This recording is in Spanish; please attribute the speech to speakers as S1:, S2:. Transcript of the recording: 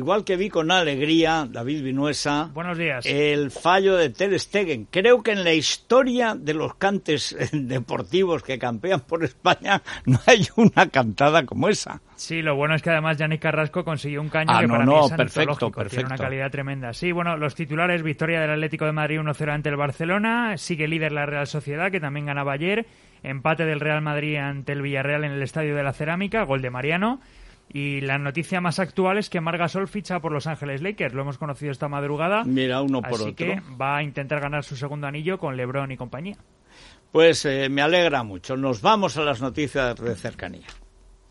S1: igual que vi con alegría, David Vinuesa,
S2: Buenos días.
S1: el fallo de Ter Stegen. Creo que en la historia de los cantes eh, deportivos que campean por España no hay una cantada como esa.
S2: Sí, lo bueno es que además Yannick Carrasco consiguió un caño
S1: Ah,
S2: que
S1: no,
S2: para
S1: no,
S2: mí es
S1: perfecto,
S2: antológico, tiene una
S1: perfecto.
S2: calidad tremenda. Sí, bueno, los titulares, victoria del Atlético de Madrid 1-0 ante el Barcelona, sigue líder la Real Sociedad, que también ganaba ayer, empate del Real Madrid ante el Villarreal en el Estadio de la Cerámica, gol de Mariano, y la noticia más actual es que Marga Sol ficha por Los Ángeles Lakers, lo hemos conocido esta madrugada,
S1: Mira, uno por
S2: así
S1: otro.
S2: que va a intentar ganar su segundo anillo con LeBron y compañía.
S1: Pues eh, me alegra mucho. Nos vamos a las noticias de cercanía.